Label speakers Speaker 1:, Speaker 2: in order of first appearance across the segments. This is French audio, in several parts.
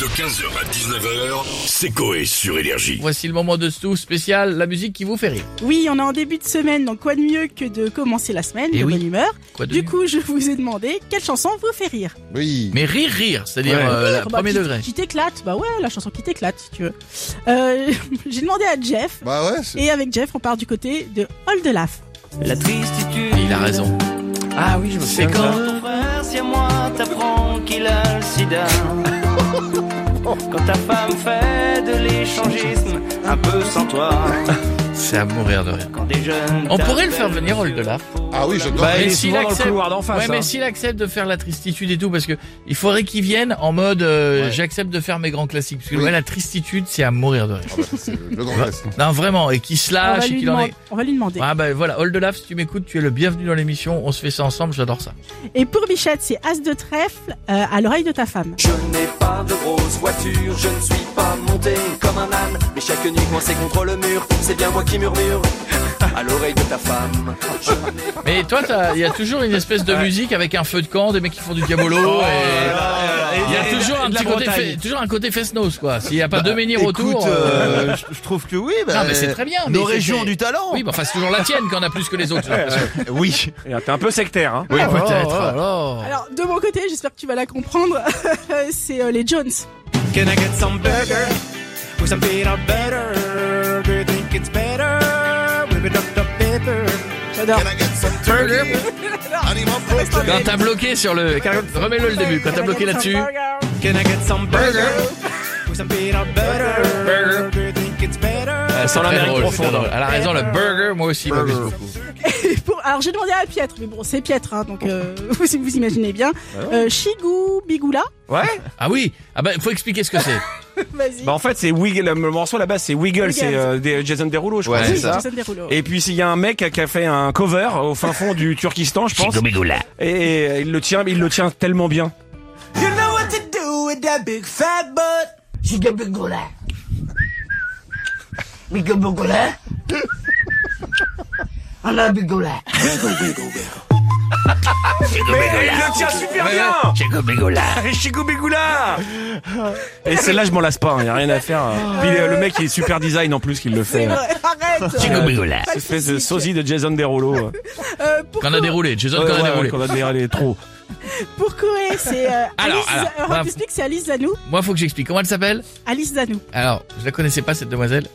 Speaker 1: De 15h à 19h, c'est Coé sur Énergie.
Speaker 2: Voici le moment de Stu spécial, la musique qui vous fait rire.
Speaker 3: Oui, on est en début de semaine, donc quoi de mieux que de commencer la semaine
Speaker 2: Eh
Speaker 3: de
Speaker 2: oui.
Speaker 3: bonne humeur.
Speaker 2: Quoi de
Speaker 3: Du
Speaker 2: mieux
Speaker 3: coup, je vous ai demandé quelle chanson vous fait rire.
Speaker 4: Oui.
Speaker 2: Mais rire, rire, c'est-à-dire
Speaker 4: Ouais.
Speaker 2: euh, la-
Speaker 3: Bah,
Speaker 2: premier
Speaker 3: qui-
Speaker 2: degré.
Speaker 3: Qui t'éclate Bah ouais, la chanson qui t'éclate, si tu veux. Euh, J'ai demandé à Jeff,
Speaker 4: Bah ouais, c'est-
Speaker 3: et avec Jeff, on part du côté de Hold the Laugh.
Speaker 5: La tristitude.
Speaker 2: Il a raison. Ah oui, je me C'est
Speaker 5: Quand
Speaker 2: quand
Speaker 5: ton frère, c'est moi, t'apprends qu'il a le sida. Quand ta femme fait de l'échangisme, un peu sans toi.
Speaker 2: C'est à mourir de rire.
Speaker 5: Quand des jeunes.
Speaker 2: On pourrait le
Speaker 5: t'appellent
Speaker 2: faire venir,
Speaker 5: juste
Speaker 2: Oldelaf.
Speaker 5: pour
Speaker 4: Ah oui,
Speaker 5: la-
Speaker 4: j'adore.
Speaker 6: Bah,
Speaker 2: Mais
Speaker 6: il est
Speaker 2: s'il
Speaker 6: souvent dans le
Speaker 2: accepte-
Speaker 6: couloir d'en face.
Speaker 2: Ouais, mais
Speaker 6: hein.
Speaker 2: s'il accepte de faire la tristitude et tout, parce que il faudrait qu'il vienne en mode euh,
Speaker 4: Ouais.
Speaker 2: j'accepte de faire mes grands classiques. Parce que
Speaker 4: Oui.
Speaker 2: ouais, la tristitude, c'est à mourir de rire.
Speaker 4: Ah bah, c'est le grand
Speaker 7: Bah,
Speaker 4: classique.
Speaker 2: Non, vraiment, et qu'il se
Speaker 3: on, va
Speaker 2: lâche et
Speaker 3: lui
Speaker 2: Ah, qu'il en
Speaker 3: demander-
Speaker 2: est.
Speaker 3: on va lui demander.
Speaker 2: Ah bah voilà, Oldelaf, si tu m'écoutes, tu es le bienvenu dans l'émission. On se fait ça ensemble, j'adore ça.
Speaker 3: Et pour Bichette, c'est As de trèfle euh, à l'oreille de ta femme.
Speaker 8: Je n'ai pas de grosse voiture, je ne suis pas monté comme un âne. Mais chaque nuit coincé contre le mur, c'est bien moi qui murmure à l'oreille de ta femme. Je n'ai
Speaker 2: Mais toi, t'as- il y a toujours une espèce de musique avec un feu de camp, des mecs qui font du
Speaker 3: Oh
Speaker 2: diabolo. et... euh, Il y a toujours un, petit côté fait- toujours un côté fesnos quoi. S'il n'y a pas deux menhirs autour.
Speaker 7: Écoute,
Speaker 2: euh,
Speaker 7: euh, je- je trouve que oui. Bah,
Speaker 2: Non, mais c'est très bien, mais
Speaker 7: Nos
Speaker 2: c'est-
Speaker 7: régions
Speaker 2: c'est-
Speaker 7: ont du talent.
Speaker 2: Oui, bah, enfin, c'est toujours la tienne qu'on a plus que les autres. j'ai l'impression. Oh,
Speaker 7: oui.
Speaker 6: Et T'es un peu sectaire, hein.
Speaker 2: Oui, peut-être.
Speaker 3: Alors, de mon côté, j'espère que tu vas la comprendre, c'est euh, les Jones.
Speaker 5: Can I get some burger? With some peanut butter. Do you think it's better? With a Dr. Pepper.
Speaker 3: J'adore.
Speaker 2: Quand t'as bloqué sur le. Remets-le le début, quand t'as bloqué là-dessus.
Speaker 5: Can I get some burger? With some peanut butter.
Speaker 2: Burger.
Speaker 5: Do you think it's better?
Speaker 6: Euh, Sans
Speaker 2: Très
Speaker 6: l'Amérique
Speaker 2: drôle,
Speaker 6: profonde.
Speaker 2: très drôle. Elle a raison, le burger, moi aussi, m'amuse beaucoup.
Speaker 3: Et pour- alors j'ai demandé à Pietre, mais bon c'est Pietre, hein, donc euh, vous, vous imaginez bien. Euh, Chigou Bigoula,
Speaker 6: Ouais.
Speaker 2: Ah oui, ah bah, faut expliquer ce que c'est.
Speaker 3: vas-y.
Speaker 6: Bah en fait, c'est Wiggle. Le le morceau là-bas, c'est Wiggle,
Speaker 3: Wiggle.
Speaker 6: c'est euh, des- Jason Derulo, je crois.
Speaker 7: Ouais,
Speaker 6: c'est
Speaker 3: Oui,
Speaker 6: ça.
Speaker 3: Jason Derulo.
Speaker 6: Et puis s'il y a un mec qui a fait un cover au fin fond du Turkistan, je pense. Et, et il le tient, il le tient tellement bien.
Speaker 5: You know what to do with that big fat butt.
Speaker 6: Mais il le tient super bien.
Speaker 1: Chico Bigola.
Speaker 6: Allez, Chico Bégoula Et celle-là, je m'en lasse pas, il a rien à faire. Puis euh, le mec, il est super design en plus qu'il le
Speaker 3: C'est
Speaker 6: fait.
Speaker 3: vrai, arrête.
Speaker 1: Chico Bigola.
Speaker 6: Cette espèce de sosie de Jason Derulo.
Speaker 3: Euh, pour,
Speaker 2: Qu'on a déroulé, Jason, qu'on a déroulé.
Speaker 6: Qu'on a déroulé trop.
Speaker 3: pour Corée, c'est euh,
Speaker 2: Alors,
Speaker 3: Alice.
Speaker 2: alors,
Speaker 3: Europe
Speaker 2: bravo.
Speaker 3: Explique, c'est Alice Zanou.
Speaker 2: Moi, faut que j'explique. Comment elle s'appelle
Speaker 3: Alice Zanou.
Speaker 2: Alors, je la connaissais pas, cette demoiselle.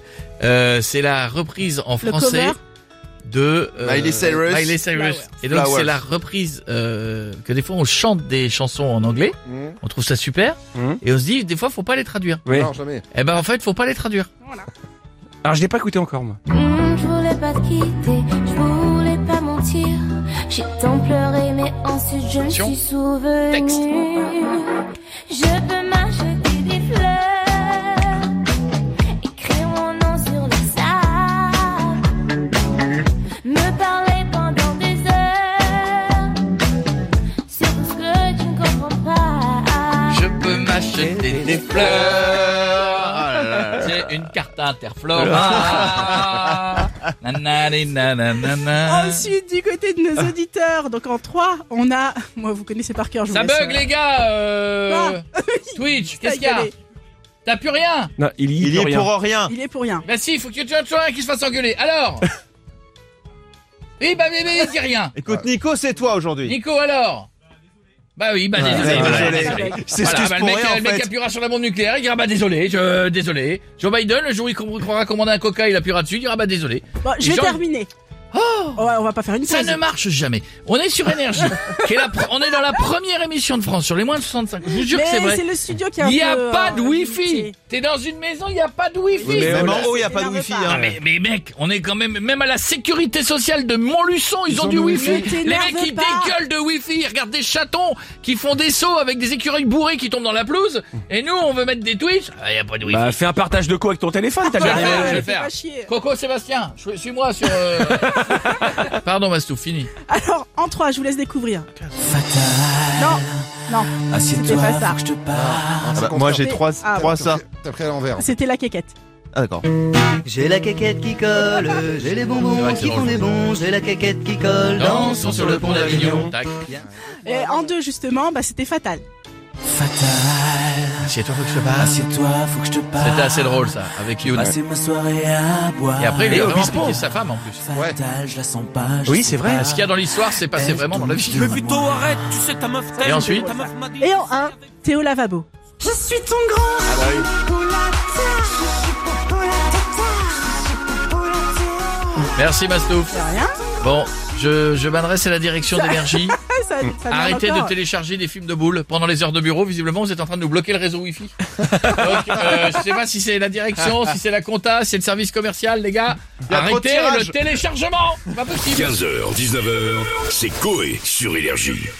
Speaker 2: Euh, c'est la reprise en
Speaker 3: Le
Speaker 2: français.
Speaker 3: cover. Bah
Speaker 2: de euh,
Speaker 7: Miley Cyrus.
Speaker 2: Miley Cyrus.
Speaker 3: Flowers.
Speaker 2: Et donc
Speaker 7: Flowers.
Speaker 2: c'est la reprise euh, que des fois on chante des chansons en anglais,
Speaker 4: Mhm.
Speaker 2: on trouve ça super,
Speaker 7: Hmm.
Speaker 6: Mhm.
Speaker 2: et on se dit des fois faut pas les traduire.
Speaker 6: Oui.
Speaker 4: Non, jamais.
Speaker 2: Eh ben en fait faut pas les traduire.
Speaker 6: Alors, Ah, je l'ai pas écouté encore, moi.
Speaker 9: Hmm, je voulais pas te quitter, je voulais pas mentir. J'ai tant pleuré, mais ensuite je me
Speaker 2: Attention.
Speaker 9: suis souvenue.
Speaker 2: Texte.
Speaker 9: Je peux m'acheter des fleurs, écrire mon nom sur le sable, me parler pendant des heures sur tout ce que tu ne comprends pas.
Speaker 2: Je peux m'acheter des fleurs. C'est une carte Interflora. Nanani, nananana.
Speaker 3: Ensuite, du côté de nos auditeurs, donc en 3, on a. Moi, vous connaissez par cœur, je vous
Speaker 2: Ça
Speaker 3: laisse,
Speaker 2: bug
Speaker 3: euh,
Speaker 2: les gars. euh,
Speaker 3: Ah,
Speaker 2: Twitch,
Speaker 3: ça
Speaker 2: qu'est-ce qu'il y a
Speaker 3: gueuler.
Speaker 2: T'as plus rien.
Speaker 6: Non, il y,
Speaker 7: Il
Speaker 6: peut
Speaker 7: y est
Speaker 6: rien.
Speaker 7: pour rien.
Speaker 3: Il est pour rien.
Speaker 2: Bah si, faut que tu aies un qui se fasse engueuler. Alors. Oui bah mais, mais dis rien.
Speaker 7: Écoute, Nico, c'est toi aujourd'hui.
Speaker 2: Nico alors Bah oui, bah désolé.
Speaker 7: Ouais,
Speaker 2: bah,
Speaker 7: désolé.
Speaker 2: désolé.
Speaker 7: C'est
Speaker 2: Voilà,
Speaker 7: ce que
Speaker 2: bah,
Speaker 7: je
Speaker 2: le mec,
Speaker 7: pourrais
Speaker 2: euh,
Speaker 7: en
Speaker 2: le mec
Speaker 7: fait.
Speaker 2: appuiera sur la bombe nucléaire, il dira bah désolé, je, désolé. Joe Biden, le jour où il compre- croira commander un coca, il appuiera dessus, il dira bah désolé.
Speaker 3: Bon, je vais
Speaker 2: Jean-
Speaker 3: terminer. Oh, ouais, on va pas faire une
Speaker 2: Ça
Speaker 3: pause.
Speaker 2: ne marche jamais. On est sur Énergie, qui est la pre- on est dans la première émission de France sur les moins de 65. Je vous jure que c'est
Speaker 3: Mais
Speaker 2: vrai.
Speaker 3: c'est le studio qui a un
Speaker 2: Il n'y a
Speaker 3: peu,
Speaker 2: pas
Speaker 3: euh,
Speaker 2: de wifi.
Speaker 3: limité.
Speaker 2: T'es dans une maison, il n'y a pas de wifi.
Speaker 7: hein, Oui, mais
Speaker 6: Mais
Speaker 7: même en
Speaker 2: euh,
Speaker 6: voilà,
Speaker 7: haut, il n'y a
Speaker 3: c'est
Speaker 7: pas de
Speaker 3: énervé
Speaker 7: wifi.
Speaker 3: pas.
Speaker 7: hein.
Speaker 2: Ah, mais, mais mec, on est quand même, même à la sécurité sociale de Montluçon, ils, ont, du wifi.
Speaker 3: wifi.
Speaker 2: Les
Speaker 3: T'énerve
Speaker 2: mecs, ils
Speaker 3: pas.
Speaker 2: dégueulent de wifi, ils regardent des chatons qui font des sauts avec des écureuils bourrés qui tombent dans la pelouse. Et nous, on veut mettre des Twitch. Ah, y a pas de wifi.
Speaker 6: Bah, fais un partage de quoi avec ton téléphone, t'as déjà
Speaker 2: Ouais,
Speaker 6: rien.
Speaker 2: ouais,
Speaker 3: Ah,
Speaker 2: je vais
Speaker 3: fais
Speaker 2: faire.
Speaker 3: pas chier.
Speaker 2: Coco, Sébastien, je- suis-moi sur, euh, Pardon, Mastou, fini.
Speaker 3: Alors, en 3, je vous laisse découvrir. Non, non, c'était pas ça.
Speaker 2: hein.
Speaker 7: Ah bah, moi, j'ai trois,
Speaker 3: Ah,
Speaker 7: trois ça.
Speaker 4: T'as pris à l'envers.
Speaker 3: C'était la quéquette.
Speaker 7: Ah, d'accord.
Speaker 10: J'ai la caquette qui colle, j'ai les
Speaker 2: C'est vrai
Speaker 10: bonbons
Speaker 2: que c'est
Speaker 10: qui font
Speaker 2: dangereux.
Speaker 10: des bons, j'ai la caquette qui colle.
Speaker 2: Dansons sur le pont d'Avignon. Tac.
Speaker 3: Et en 2, justement, bah, c'était fatal.
Speaker 5: Fatal.
Speaker 2: Assieds-toi, faut que je te parle.
Speaker 5: Assieds-toi, faut que je te parle.
Speaker 2: C'était assez drôle ça, avec Youn.
Speaker 5: Passer ma soirée à boire.
Speaker 2: Et après, il
Speaker 5: Et
Speaker 2: a
Speaker 5: au
Speaker 2: vraiment
Speaker 5: bispo.
Speaker 2: piqué sa femme en plus.
Speaker 5: Fatal, je la sens pas. je
Speaker 6: Oui,
Speaker 5: sais
Speaker 6: c'est vrai.
Speaker 5: pas.
Speaker 2: Ce qu'il y a dans l'histoire, c'est passé
Speaker 5: Elle
Speaker 2: vraiment dans la vie.
Speaker 5: tombe sur moi.
Speaker 8: arrête, tu sais, ta meuf
Speaker 2: Et ensuite
Speaker 3: Et en 1, Théo Lavabo.
Speaker 9: Je suis ton grand
Speaker 2: Merci Mastouf.
Speaker 3: C'est rien.
Speaker 2: Bon, je, je m'adresse à la direction d'énergie.
Speaker 3: Ah, Ça- ça vient
Speaker 2: Arrêtez
Speaker 3: encore.
Speaker 2: de télécharger des films de boules pendant les heures de bureau. Visiblement, vous êtes en train de nous bloquer le réseau Wi-Fi. Donc, euh, je sais pas si c'est la direction, si c'est la compta, si c'est le service commercial, les gars.
Speaker 7: y a trop de
Speaker 2: Arrêtez le
Speaker 7: tirages.
Speaker 2: téléchargement. C'est Pas possible.
Speaker 1: 15h, 19h, c'est Coé sur Énergie.